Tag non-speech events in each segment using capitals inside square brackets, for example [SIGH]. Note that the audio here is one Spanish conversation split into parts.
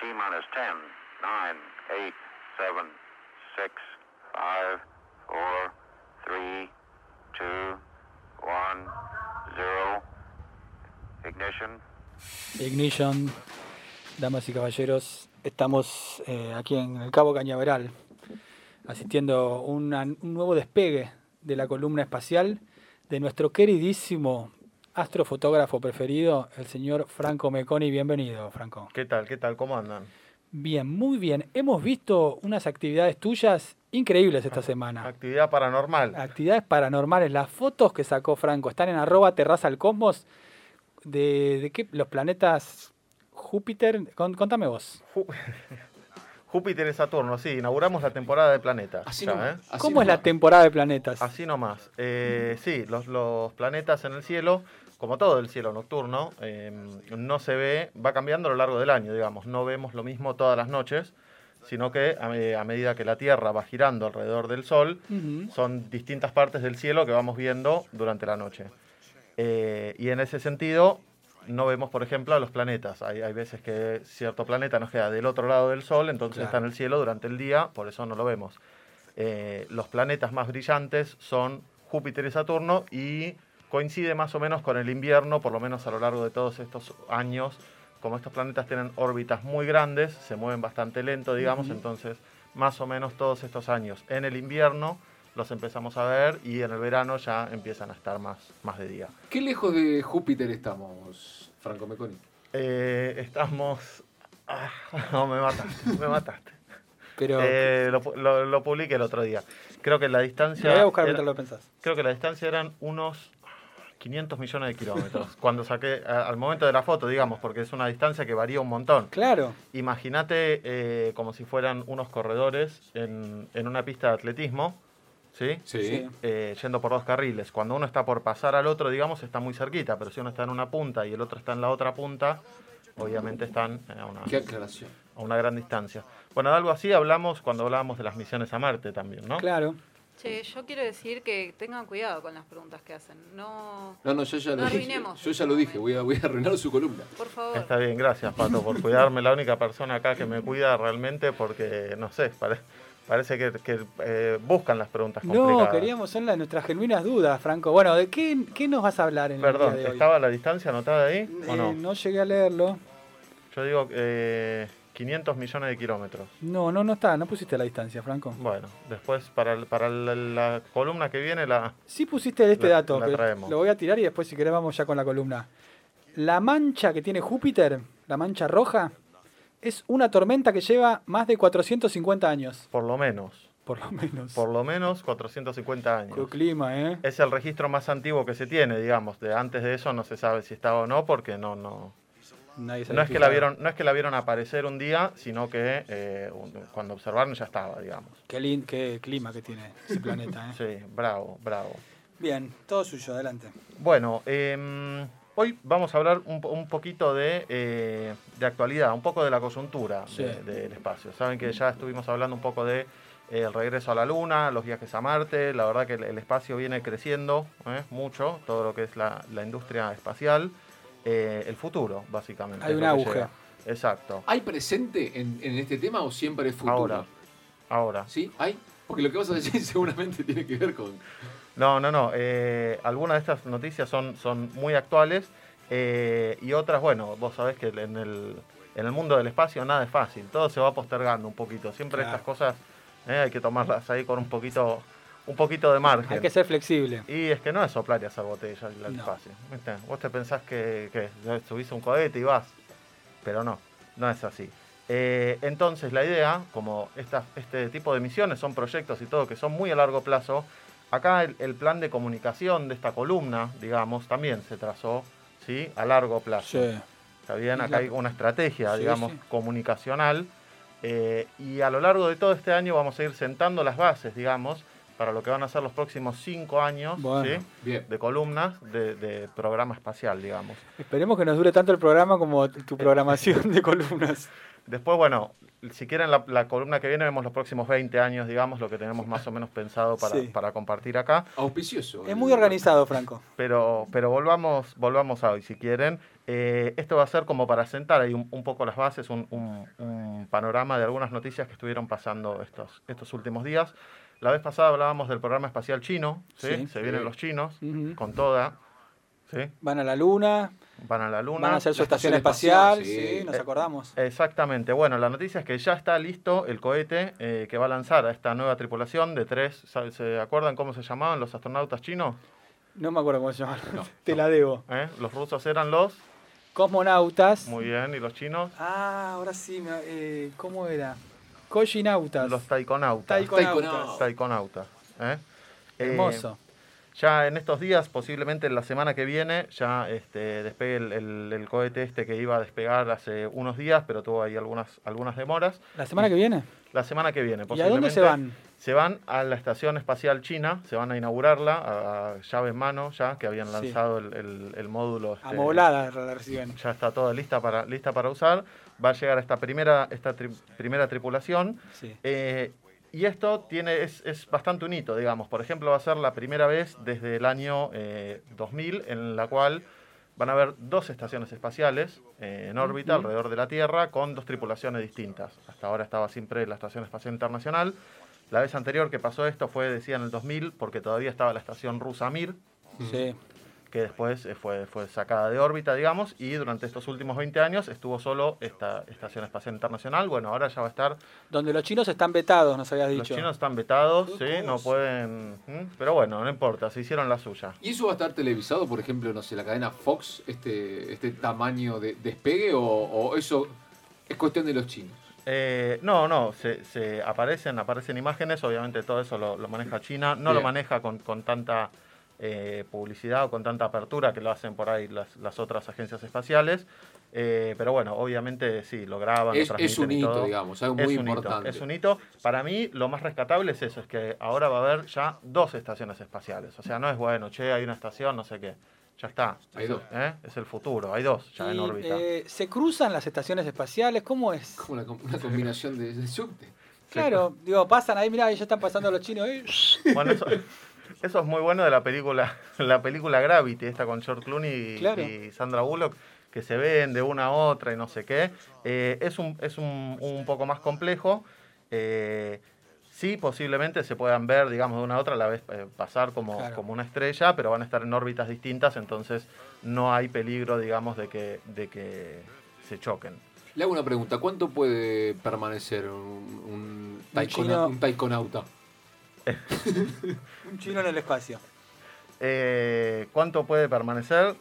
T minus 10, 9, 8, 7, 6, 5, 4, 3, 2, 1, 0. Ignition. Ignition, damas y caballeros, estamos eh, aquí en el Cabo Cañaveral, asistiendo una- un nuevo despegue de la columna espacial de nuestro queridísimo astrofotógrafo preferido, el señor Franco Meconi. Bienvenido, Franco. ¿Qué tal? ¿Qué tal? ¿Cómo andan? Bien, muy bien. Hemos visto unas actividades tuyas increíbles esta semana. Actividad paranormal. Actividades paranormales, las fotos que sacó Franco están en arroba terraza al cosmos de, de qué, los planetas Júpiter. Con- contame vos. Ju- [LAUGHS] Júpiter y Saturno, sí, inauguramos la temporada de planetas. Así ya, nomás, ¿eh? así ¿Cómo es nomás. la temporada de planetas? Así nomás. Eh, sí, los, los planetas en el cielo, como todo el cielo nocturno, eh, no se ve, va cambiando a lo largo del año, digamos. No vemos lo mismo todas las noches, sino que a, me- a medida que la Tierra va girando alrededor del Sol, Ujú. son distintas partes del cielo que vamos viendo durante la noche. Eh, y en ese sentido, no vemos, por ejemplo, a los planetas. Hay, hay veces que cierto planeta nos queda del otro lado del Sol, entonces Claro. está en el cielo durante el día, por eso no lo vemos. Eh, los planetas más brillantes son Júpiter y Saturno y coincide más o menos con el invierno, por lo menos a lo largo de todos estos años. Como estos planetas tienen órbitas muy grandes, se mueven bastante lento, digamos, entonces más o menos todos estos años en el invierno los empezamos a ver y en el verano ya empiezan a estar más, más de día. ¿Qué lejos de Júpiter estamos, Franco Meconi? Eh, estamos... [LAUGHS] Ah, no, me mataste, [LAUGHS] me mataste. Pero Eh, lo, pu- lo- lo publiqué el otro día. Creo que la te distancia... voy a buscar era- mientras lo pensás. creo que la distancia eran unos 500 millones de kilómetros. [LAUGHS] cuando saqué, a- al momento de la foto, digamos, porque es una distancia que varía un montón. Claro, Imagínate eh, como si fueran unos corredores en, en una pista de atletismo, ¿sí? Sí. eh, yendo por dos carriles. Cuando uno está por pasar al otro, digamos, está muy cerquita, pero si uno está en una punta y el otro está en la otra punta, obviamente están eh, a una, Qué aclaración. a una gran distancia. Bueno, de algo así hablamos cuando hablábamos de las misiones a Marte también, ¿no? claro. Che, yo quiero decir que tengan cuidado con las preguntas que hacen. No, No, no, yo ya No lo dije. arruinemos. Yo ya lo dije, voy a, voy a arruinar su columna. por favor. Está bien, gracias Pato por cuidarme, la única persona acá que me cuida realmente porque, no sé, pare- parece que, que, eh, buscan las preguntas complicadas. No, queríamos, son las, nuestras genuinas dudas, Franco. Bueno, ¿de qué, qué nos vas a hablar en Perdón, el día de hoy? ¿estaba la distancia anotada ahí o Eh, no? no llegué a leerlo. Yo digo eh, 500 millones de kilómetros. No, no, no está, no pusiste la distancia, Franco. Bueno, después para, el- para la, la columna que viene la... Sí pusiste este La- dato, la pero traemos. lo voy a tirar y después si querés vamos ya con la columna. La mancha que tiene Júpiter, la mancha roja, es una tormenta que lleva más de 450 años, Por lo menos, por lo menos. por lo menos 450 años. Qué clima, ¿eh? Es el registro más antiguo que se tiene, digamos. De antes de eso no se sabe si estaba o no porque no, no, Nadie se No es, que fijaba. la vieron, no es que la vieron aparecer un día, sino que eh, un- cuando observaron ya estaba, digamos. Qué, lin- qué clima que tiene ese planeta, ¿eh? [LAUGHS] Sí, bravo, bravo. Bien, todo suyo, adelante. Bueno, eh, hoy vamos a hablar un, po- un poquito de, eh, de actualidad, un poco de la coyuntura Sí. de- del espacio. Saben que ya estuvimos hablando un poco de eh, el regreso a la Luna, los viajes a Marte, la verdad que el, el espacio viene creciendo ¿eh? mucho, todo lo que es la, la industria espacial, Eh, el futuro, básicamente. Hay un es lo que auge. llega. Exacto. ¿Hay presente en, en este tema o siempre es futuro? Ahora. Ahora. ¿Sí? ¿Hay? Porque lo que vas a decir [LAUGHS] seguramente tiene que ver con. No, no, no. eh, algunas de estas noticias son, son muy actuales eh, y otras, bueno, vos sabés que en el, en el mundo del espacio nada es fácil, todo se va postergando un poquito. Siempre Claro. estas cosas eh, hay que tomarlas ahí con un poquito, un poquito de margen. Hay que ser flexible. Y es que no es soplar y hacer botella el No. espacio. ¿viste? Vos te pensás que, que subís un cohete y vas, pero no, no es así. Eh, entonces la idea, como estas- este tipo de misiones son proyectos y todo que son muy a largo plazo, acá el, el plan de comunicación de esta columna, digamos, también se trazó ¿sí? a largo plazo. Sí. Está bien, Es acá la- hay una estrategia, Sí, digamos, sí. comunicacional. eh, y a lo largo de todo este año vamos a ir sentando las bases, digamos, para lo que van a ser los próximos cinco años Bueno. ¿sí? Bien. de columnas de, de programa espacial, digamos. Eh, Esperemos que nos dure tanto el programa como tu programación de columnas. Después, bueno, si quieren, la, la columna que viene vemos los próximos 20 años, digamos, lo que tenemos más o menos pensado para, Sí. para compartir acá. Auspicioso. Es el- muy organizado, Franco. Pero, pero volvamos, volvamos a hoy, si quieren. Eh, esto va a ser como para sentar ahí un, un poco las bases, un, un- un panorama de algunas noticias que estuvieron pasando estos, estos últimos días. La vez pasada hablábamos del programa espacial chino, ¿sí? Sí. se vienen Sí. los chinos, Ujú. con toda, ¿sí? Van a la luna, van a la luna. van a hacer su la estación estación espacial, espacial, sí, sí. nos Eh, acordamos. Exactamente. Bueno, la noticia es que ya está listo el cohete eh, que va a lanzar a esta nueva tripulación de tres. ¿sabe- ¿Se acuerdan cómo se llamaban los astronautas chinos? No me acuerdo cómo se llama, te la debo. ¿Eh? Los rusos eran los. Cosmonautas. Muy bien. ¿Y los chinos? Ah, ahora sí, me- eh, ¿cómo era? Collinautas. Los taikonautas. Taikonautas. Taikonautas. ¿eh? Eh, Hermoso. ya en estos días, posiblemente la semana que viene, ya este, despegue el, el- el cohete este que iba a despegar hace unos días, pero tuvo ahí algunas, algunas demoras. ¿La semana que viene? La semana que viene, ¿Y a dónde se posiblemente- van? Se van a la Estación Espacial China, se van a inaugurarla, a, a llave en mano ya, que habían Sí. lanzado el, el- el módulo. este, Amoblada la reciben. ya está toda lista para, lista para usar. Va a llegar esta primera, esta tri- primera tripulación. Sí. Eh, y esto tiene, es, es bastante un hito, digamos. Por ejemplo, va a ser la primera vez desde el año eh, 2000 en la cual van a haber dos estaciones espaciales eh, en órbita alrededor de la Tierra con dos tripulaciones distintas. Hasta ahora estaba siempre la Estación Espacial Internacional. La vez anterior que pasó esto fue, decía, en el 2000, porque todavía estaba la estación rusa Mir, Sí. que después eh, fue, fue sacada de órbita, digamos, y durante estos últimos 20 años estuvo solo esta Estación Espacial Internacional. Bueno, ahora ya va a estar Donde los chinos están vetados, nos habías los dicho. chinos están vetados, Qué sí, no cosa. pueden. ¿Mm? Pero bueno, no importa, se hicieron la suya. ¿Y eso va a estar televisado, por ejemplo, no sé, la cadena Fox, este, este tamaño de despegue o, o eso es cuestión de los chinos? Eh, no, no, se, se aparecen, aparecen imágenes, obviamente todo eso lo, lo maneja China, no lo Bien. maneja con, con tanta eh, publicidad o con tanta apertura que lo hacen por ahí las, las otras agencias espaciales. Eh, pero bueno, obviamente sí, lo graban. lo Es- es transmiten un y hito, todo. digamos, algo muy es un hito, importante. es un hito. Para mí, lo más rescatable es eso, es que ahora va a haber ya dos estaciones espaciales. O sea, no es bueno, che, hay una estación, no sé qué. Ya está. Hay dos. ¿Eh? Es el futuro, hay dos ya en Y, órbita. eh, ¿Se cruzan las estaciones espaciales? ¿Cómo es? Como la com- una combinación de, de subte. Claro, digo, pasan ahí, mirá, ahí ya están pasando los chinos. eh. Bueno, eso, eso es muy bueno de la película, [LAUGHS] la película Gravity, esta con George Clooney y, Claro. y Sandra Bullock, que se ven de una a otra y no sé qué. Eh, es un, es un, un poco más complejo. Eh, sí, posiblemente se puedan ver, digamos, de una a otra a la vez eh, pasar como, Claro. como una estrella, pero van a estar en órbitas distintas, entonces no hay peligro, digamos, de que, de que se choquen. Le hago una pregunta, ¿cuánto puede permanecer un, un taikona- chino. un taikonauta? Un chino en el espacio. Eh, ¿Cuánto puede permanecer?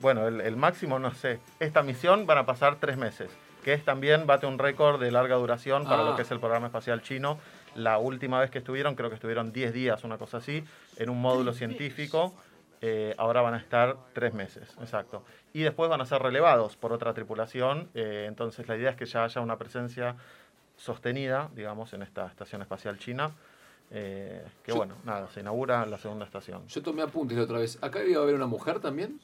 Bueno, el, el máximo no sé. Esta misión van a pasar tres meses, que es también bate un récord de larga duración para Ah. lo que es el programa espacial chino. La última vez que estuvieron, creo que estuvieron 10 días, una cosa así, en un módulo científico. Eh, ahora van a estar tres meses, exacto. Y después van a ser relevados por otra tripulación. eh, entonces la idea es que ya haya una presencia sostenida, digamos, en esta estación espacial china. eh, que Yo- bueno, nada, se inaugura la segunda estación. Yo tomé apuntes la otra vez. ¿Acá iba a haber una mujer también?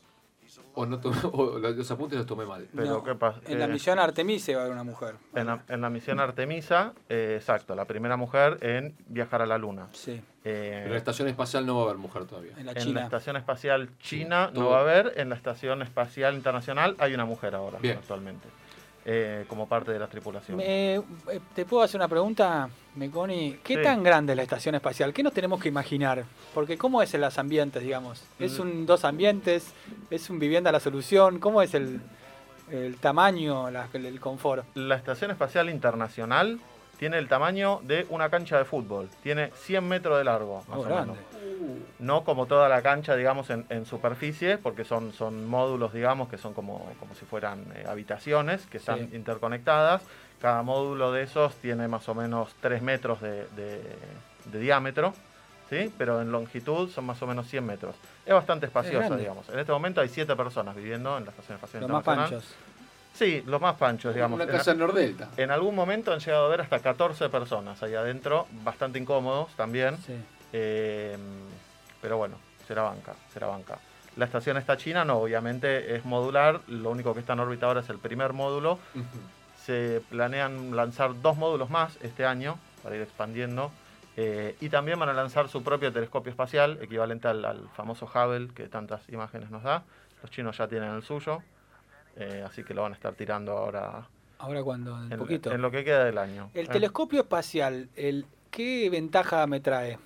¿O, no tomé- [LAUGHS] o lo- los apuntes los tomé mal? Pero No, ¿qué pasa? En la Eh, misión Artemis se va a ver una mujer. En la, en la misión Artemisa, eh, exacto, la primera mujer en viajar a la Luna. Sí, Eh, Pero en la estación espacial no va a haber mujer todavía. en la en la China. Estación Espacial China Sí, no todo. va a haber, en la Estación Espacial Internacional hay una mujer ahora, Bien. actualmente, eh, como parte de la tripulación. Me- eh, ¿Te puedo hacer una pregunta, Meconi? ¿Qué Sí. tan grande es la estación espacial? ¿Qué nos tenemos que imaginar? Porque ¿cómo es en los ambientes, digamos? ¿Es Mm. un dos ambientes? ¿Es un vivienda la solución? ¿Cómo es el, el tamaño, la- el, el confort? La Estación Espacial Internacional tiene el tamaño de una cancha de fútbol, tiene 100 metros de largo, más Oh, o grande. menos. no como toda la cancha, digamos, en, en superficie, porque son, son módulos, digamos, que son como, como si fueran eh, habitaciones que están Sí. interconectadas. Cada módulo de esos tiene más o menos 3 metros de, de- de diámetro, ¿sí? pero en longitud son más o menos 100 metros. Es bastante espaciosa, grande. digamos. En este momento hay 7 personas viviendo en la Estación Espacial Los más Internacional. panchos. Sí, los más panchos, digamos. una En- casa en Nordelta. en algún momento han llegado a ver hasta 14 personas ahí adentro, bastante incómodos también. Sí. Eh, pero bueno, será banca, será banca. La estación está china, no, obviamente es modular, lo único que está en órbita ahora es el primer módulo. Ujú. se planean lanzar dos módulos más este año para ir expandiendo. eh, y también van a lanzar su propio telescopio espacial, equivalente al, al famoso Hubble que tantas imágenes nos da. Los chinos ya tienen el suyo, eh, así que lo van a estar tirando ahora Ahora cuando, un en, poquito. en lo que queda del año. El Eh, telescopio espacial, el, ¿qué ventaja me trae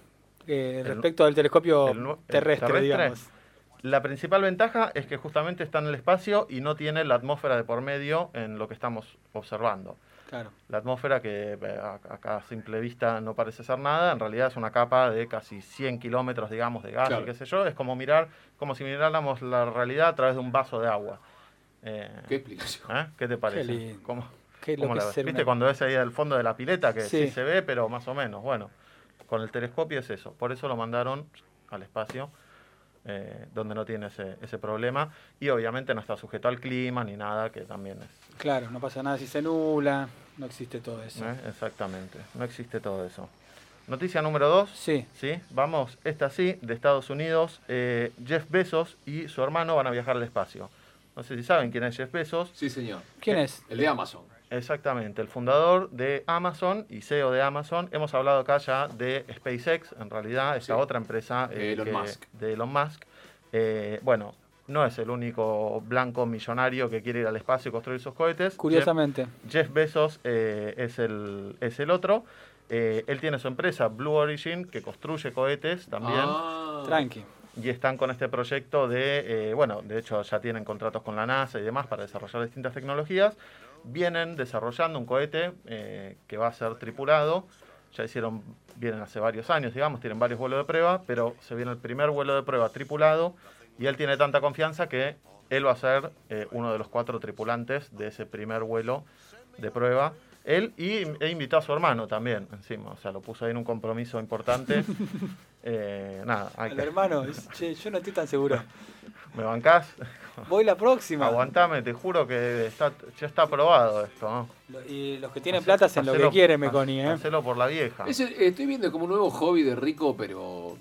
eh, El- respecto del telescopio el nu- el terrestre, terrestre. digamos? La principal ventaja es que justamente está en el espacio y no tiene la atmósfera de por medio en lo que estamos observando. Claro. La atmósfera que eh, a- acá a simple vista no parece ser nada, en realidad es una capa de casi 100 kilómetros, digamos, de gas Claro. y qué sé yo. Es como mirar, como si miráramos la realidad a través de un vaso de agua. Eh, Qué explicación. ¿eh? ¿Qué te parece? lindo. ¿Cómo- ¿Qué es eh, lo cómo que la es ves? ser ¿Viste una- cuando ves ahí al fondo de la pileta que sí. Sí. se ve, pero más o menos? Bueno, con el telescopio es eso. Por eso lo mandaron al espacio, eh, donde no tiene ese, ese problema. Y obviamente no está sujeto al clima ni nada, que también es Claro, no pasa nada si se nubla, no existe todo eso. ¿Eh? Exactamente, no existe todo eso. Noticia número 2, Sí, ¿sí? Vamos, esta sí, de Estados Unidos. Eh, Jeff Bezos y su hermano van a viajar al espacio. No sé si saben quién es Jeff Bezos. Sí, señor. ¿quién es? El de Amazon. Exactamente, el fundador de Amazon y CEO de Amazon. Hemos hablado acá ya de SpaceX, en realidad, esa Sí. otra empresa eh, De Elon Musk. de Elon Musk. Eh, bueno, no es el único blanco millonario que quiere ir al espacio y construir sus cohetes. Jeff- Curiosamente. Jeff Bezos eh, es, el, es el otro. Eh, él tiene su empresa, Blue Origin, que construye cohetes también. Ah, Tranqui. Y están con este proyecto de, eh, bueno, de hecho ya tienen contratos con la NASA y demás para desarrollar distintas tecnologías. Vienen desarrollando un cohete eh, que va a ser tripulado. Ya hicieron, vienen hace varios años, digamos, tienen varios vuelos de prueba, pero se viene el primer vuelo de prueba tripulado y él tiene tanta confianza que él va a ser eh, uno de los cuatro tripulantes de ese primer vuelo de prueba. Él y e invitó a su hermano también, encima, o sea, lo puso ahí en un compromiso importante. Eh, nada, hay El que- hermano, es- che, yo no estoy tan [LAUGHS] seguro. ¿Me bancás? Voy la Ah, próxima. Aguantame, te juro que está, ya está aprobado esto. ¿no? Lo- Y los que tienen plata hacen lo que Hacelo- quieren, ha- Meconi, ¿eh? hacelo por la vieja. Es el- estoy viendo como un nuevo hobby de rico, pero.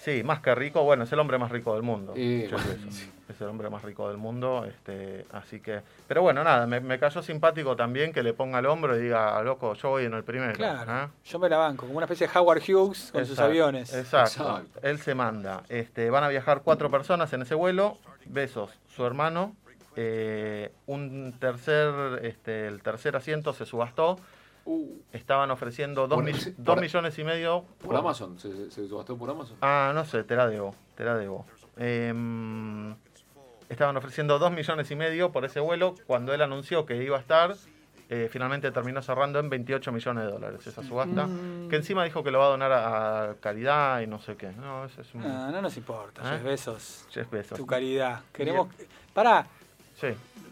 Sí, más que rico, bueno, es el hombre más rico del mundo. Eh, Jeff bueno, Bezos. sí. Es el hombre más rico del mundo, este, así que... Pero bueno, nada, me, me cayó simpático también que le ponga al hombro y diga, "Ah, loco, yo voy en el primero. Claro. ¿eh? Yo me la banco, como una especie de Howard Hughes con sus Exacto, aviones. Exacto. Exacto. Él se manda. Este, van a viajar cuatro personas en ese vuelo. Besos, su hermano. eh, un tercer, este, el tercer asiento se subastó. Uh, Estaban ofreciendo dos, Por- mil- por- dos millones y medio. por Amazon. ¿Se, se subastó por Amazon? Ah, no sé, te la debo. Te la debo. Em, estaban ofreciendo dos millones y medio por ese vuelo. Cuando él anunció que iba a estar, eh, finalmente terminó cerrando en 28 millones de dólares esa Mm. subasta. Que encima dijo que lo va a donar a, a caridad y no sé qué. No, ese es un. Ah, no nos importa, ¿Eh? Jeff Bezos. Jeff Bezos. Tu caridad. Queremos. Pará, Sí,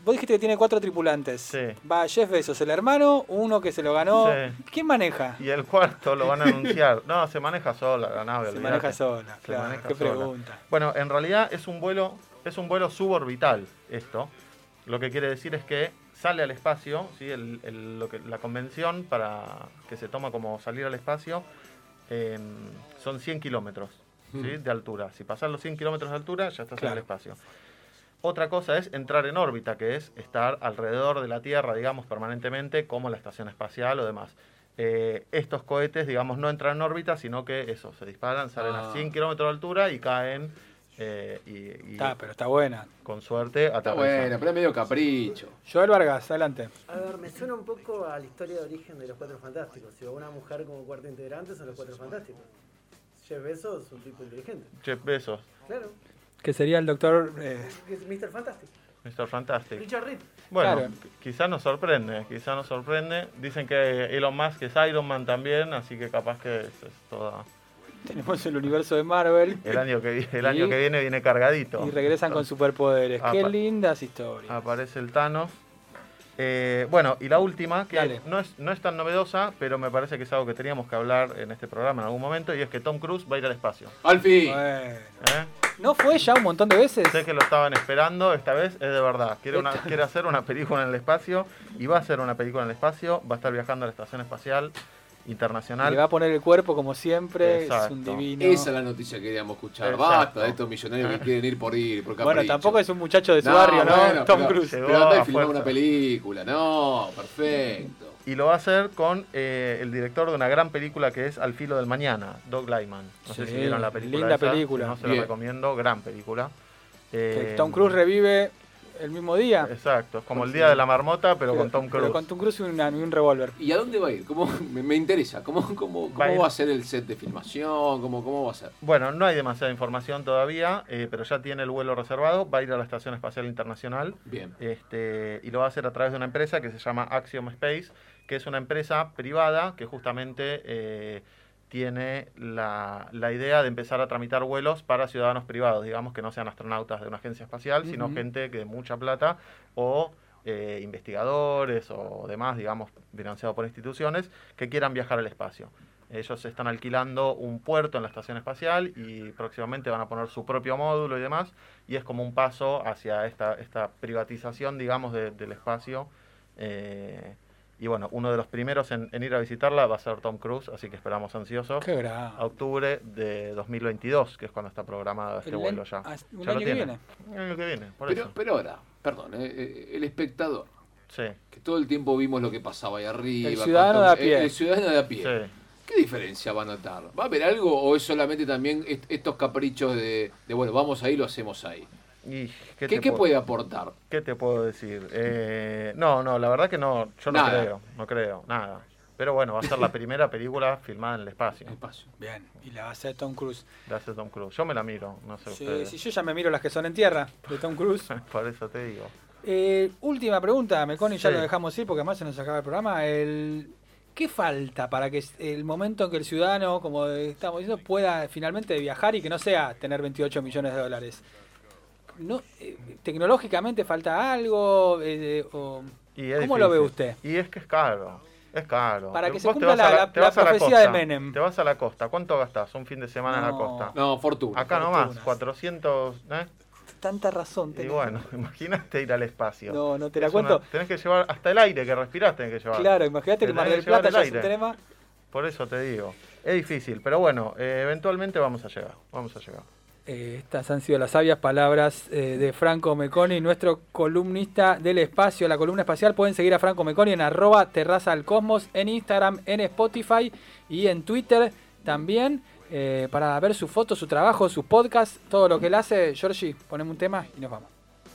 vos dijiste que tiene cuatro tripulantes. Sí. Va Jeff Bezos, el hermano, uno que se lo ganó. Sí. ¿Quién maneja? y el cuarto lo van a anunciar. No, se maneja sola la nave. se olvídate. maneja sola. Se Claro, maneja qué sola. pregunta. Bueno, en realidad es un vuelo, es un vuelo suborbital esto. Lo que quiere decir es que sale al espacio, ¿sí? El- el- lo que, la convención para que se toma como salir al espacio eh, son 100 kilómetros ¿sí? Mm. de altura. Si pasas los 100 kilómetros de altura, ya estás en el Claro. espacio. Otra cosa es entrar en órbita, que es estar alrededor de la Tierra, digamos, permanentemente, como la estación espacial o demás. Eh, estos cohetes, digamos, no entran en órbita, sino que eso, se disparan, salen Ah. a 100 kilómetros de altura y caen, eh, y, y Está, pero está buena. con suerte Está aterrizan. bueno, pero es medio capricho. Joel Vargas, adelante. A ver, me suena un poco a la historia de origen de los Cuatro Fantásticos. Si va una mujer como cuarta integrante son los Cuatro Fantásticos. Jeff Bezos es un tipo inteligente. Jeff Bezos, Claro, Que sería el doctor. eh, que es Mr. Fantastic. Mr. Fantastic. Richard Reed. Bueno, Claro. qui- quizás nos sorprende, quizás nos sorprende. Dicen que Elon Musk es Iron Man también, así que capaz que es, es toda... [LAUGHS] tenemos el universo de Marvel. El año que, vi- el año Y- que viene viene cargadito. Y regresan con superpoderes. Ah, Qué pa- lindas historias. Aparece el Thanos. Eh, bueno, y la última, que Dale. no es, no es tan novedosa, pero me parece que es algo que teníamos que hablar en este programa en algún momento, y es que Tom Cruise va a ir al espacio. Al fin. Bueno. ¿eh? ¿No fue ya un montón de veces? Sé que lo estaban esperando, esta vez es de verdad. Quiere, una- quiere hacer una película en el espacio, y va a hacer una película en el espacio, va a estar viajando a la estación espacial. internacional. Le va a poner el cuerpo como siempre, es un Exacto. divino. Esa es la noticia que queríamos escuchar. Exacto. Basta de estos millonarios que quieren ir por ir, por capricho. Bueno, tampoco es un muchacho de su No, barrio, ¿no? bueno, Tom pero- Cruise. Llegó Pero andá a y filmá fuerza. una película. No, perfecto. Y lo va a hacer con eh, el director de una gran película que es Al filo del mañana, Doug Lyman. No sé Sí, si vieron la película. linda esa, película. No se Bien. lo recomiendo, gran película. Que Eh, Tom Cruise revive el mismo día, Exacto, es como el día de la marmota, pero, con Tom Cruise. pero con Tom Cruise y, una- y un revólver. ¿Y a dónde va a ir? ¿Cómo, [LAUGHS] me, me interesa. ¿Cómo, cómo, cómo Va a ir- va a ser el set de filmación? ¿Cómo, cómo va a ser? Bueno, no hay demasiada información todavía, eh, pero ya tiene el vuelo reservado. Va a ir a la Estación Espacial Internacional. Bien. Este, y lo va a hacer a través de una empresa que se llama Axiom Space, que es una empresa privada que justamente eh, tiene la, la idea de empezar a tramitar vuelos para ciudadanos privados, digamos que no sean astronautas de una agencia espacial, sino Ujú. gente que de mucha plata o eh, investigadores o demás, digamos, financiado por instituciones, que quieran viajar al espacio. Ellos están alquilando un puerto en la estación espacial y próximamente van a poner su propio módulo y demás. Y es como un paso hacia esta, esta privatización, digamos, de- del espacio. Eh, y bueno, uno de los primeros en, en ir a visitarla va a ser Tom Cruise, así que esperamos ansioso. Qué A grande. octubre de 2022, que es cuando está programado este El vuelo año- ya. ah, un Ya lo año que tiene. viene. El año que viene, por Pero, eso. pero ahora, perdón, eh, eh, el espectador, Sí, que todo el tiempo vimos lo que pasaba ahí arriba. El con ciudadano todo- de a pie. El, el ciudadano de a pie. sí. ¿Qué diferencia va a notar? ¿Va a haber algo o es solamente también est- estos caprichos de, de, bueno, vamos ahí, lo hacemos ahí? Y, ¿Qué, te qué puedo- puede aportar? ¿Qué te puedo decir? Eh, no, no, la verdad que no, yo no Nada. creo, no creo, nada. Pero bueno, va a ser la primera película filmada en el espacio, Espacio. Bien, y la va a hacer Tom Cruise. gracias Tom Cruise. Yo me la miro, no sé Sí, ustedes. sí, yo ya me miro las que son en tierra de Tom [LAUGHS] Cruise. Por eso te digo. Eh, última pregunta, Meconi, ya Sí. lo dejamos ir porque además se nos acaba el programa. El, ¿Qué falta para que el momento en que el ciudadano, como estamos diciendo, pueda finalmente viajar y que no sea tener 28 millones de dólares? No, eh, ¿Tecnológicamente falta algo? Eh, o- Y es ¿Cómo lo ve difícil. usted? Y es que es caro, es caro. Para que se Vos te cumpla vas a la- la- te la vas a profecía de costa, Menem. Te vas a la costa, ¿cuánto gastás un fin de semana en No. la costa? No, fortuna. Acá nomás, fortunas. 400, ¿eh? Tanta razón Y tenés. bueno, [LAUGHS] imagínate ir al espacio. No, no te la Es una- cuento. tenés que llevar hasta el aire que respirás, tenés que llevar. Claro, imagínate que Te Mar tenés del que llevar Plata el ya es un aire. tema. Por eso te digo. Es difícil, pero bueno, eh, eventualmente vamos a llegar. Vamos a llegar. Eh, estas han sido las sabias palabras eh, de Franco Meconi, nuestro columnista del espacio, la columna espacial. Pueden seguir a Franco Meconi en arroba terraza al cosmos, en Instagram, en Spotify y en Twitter también. eh, para ver sus fotos, su trabajo, sus podcasts, todo lo que él hace. Georgie, poneme un tema y nos vamos.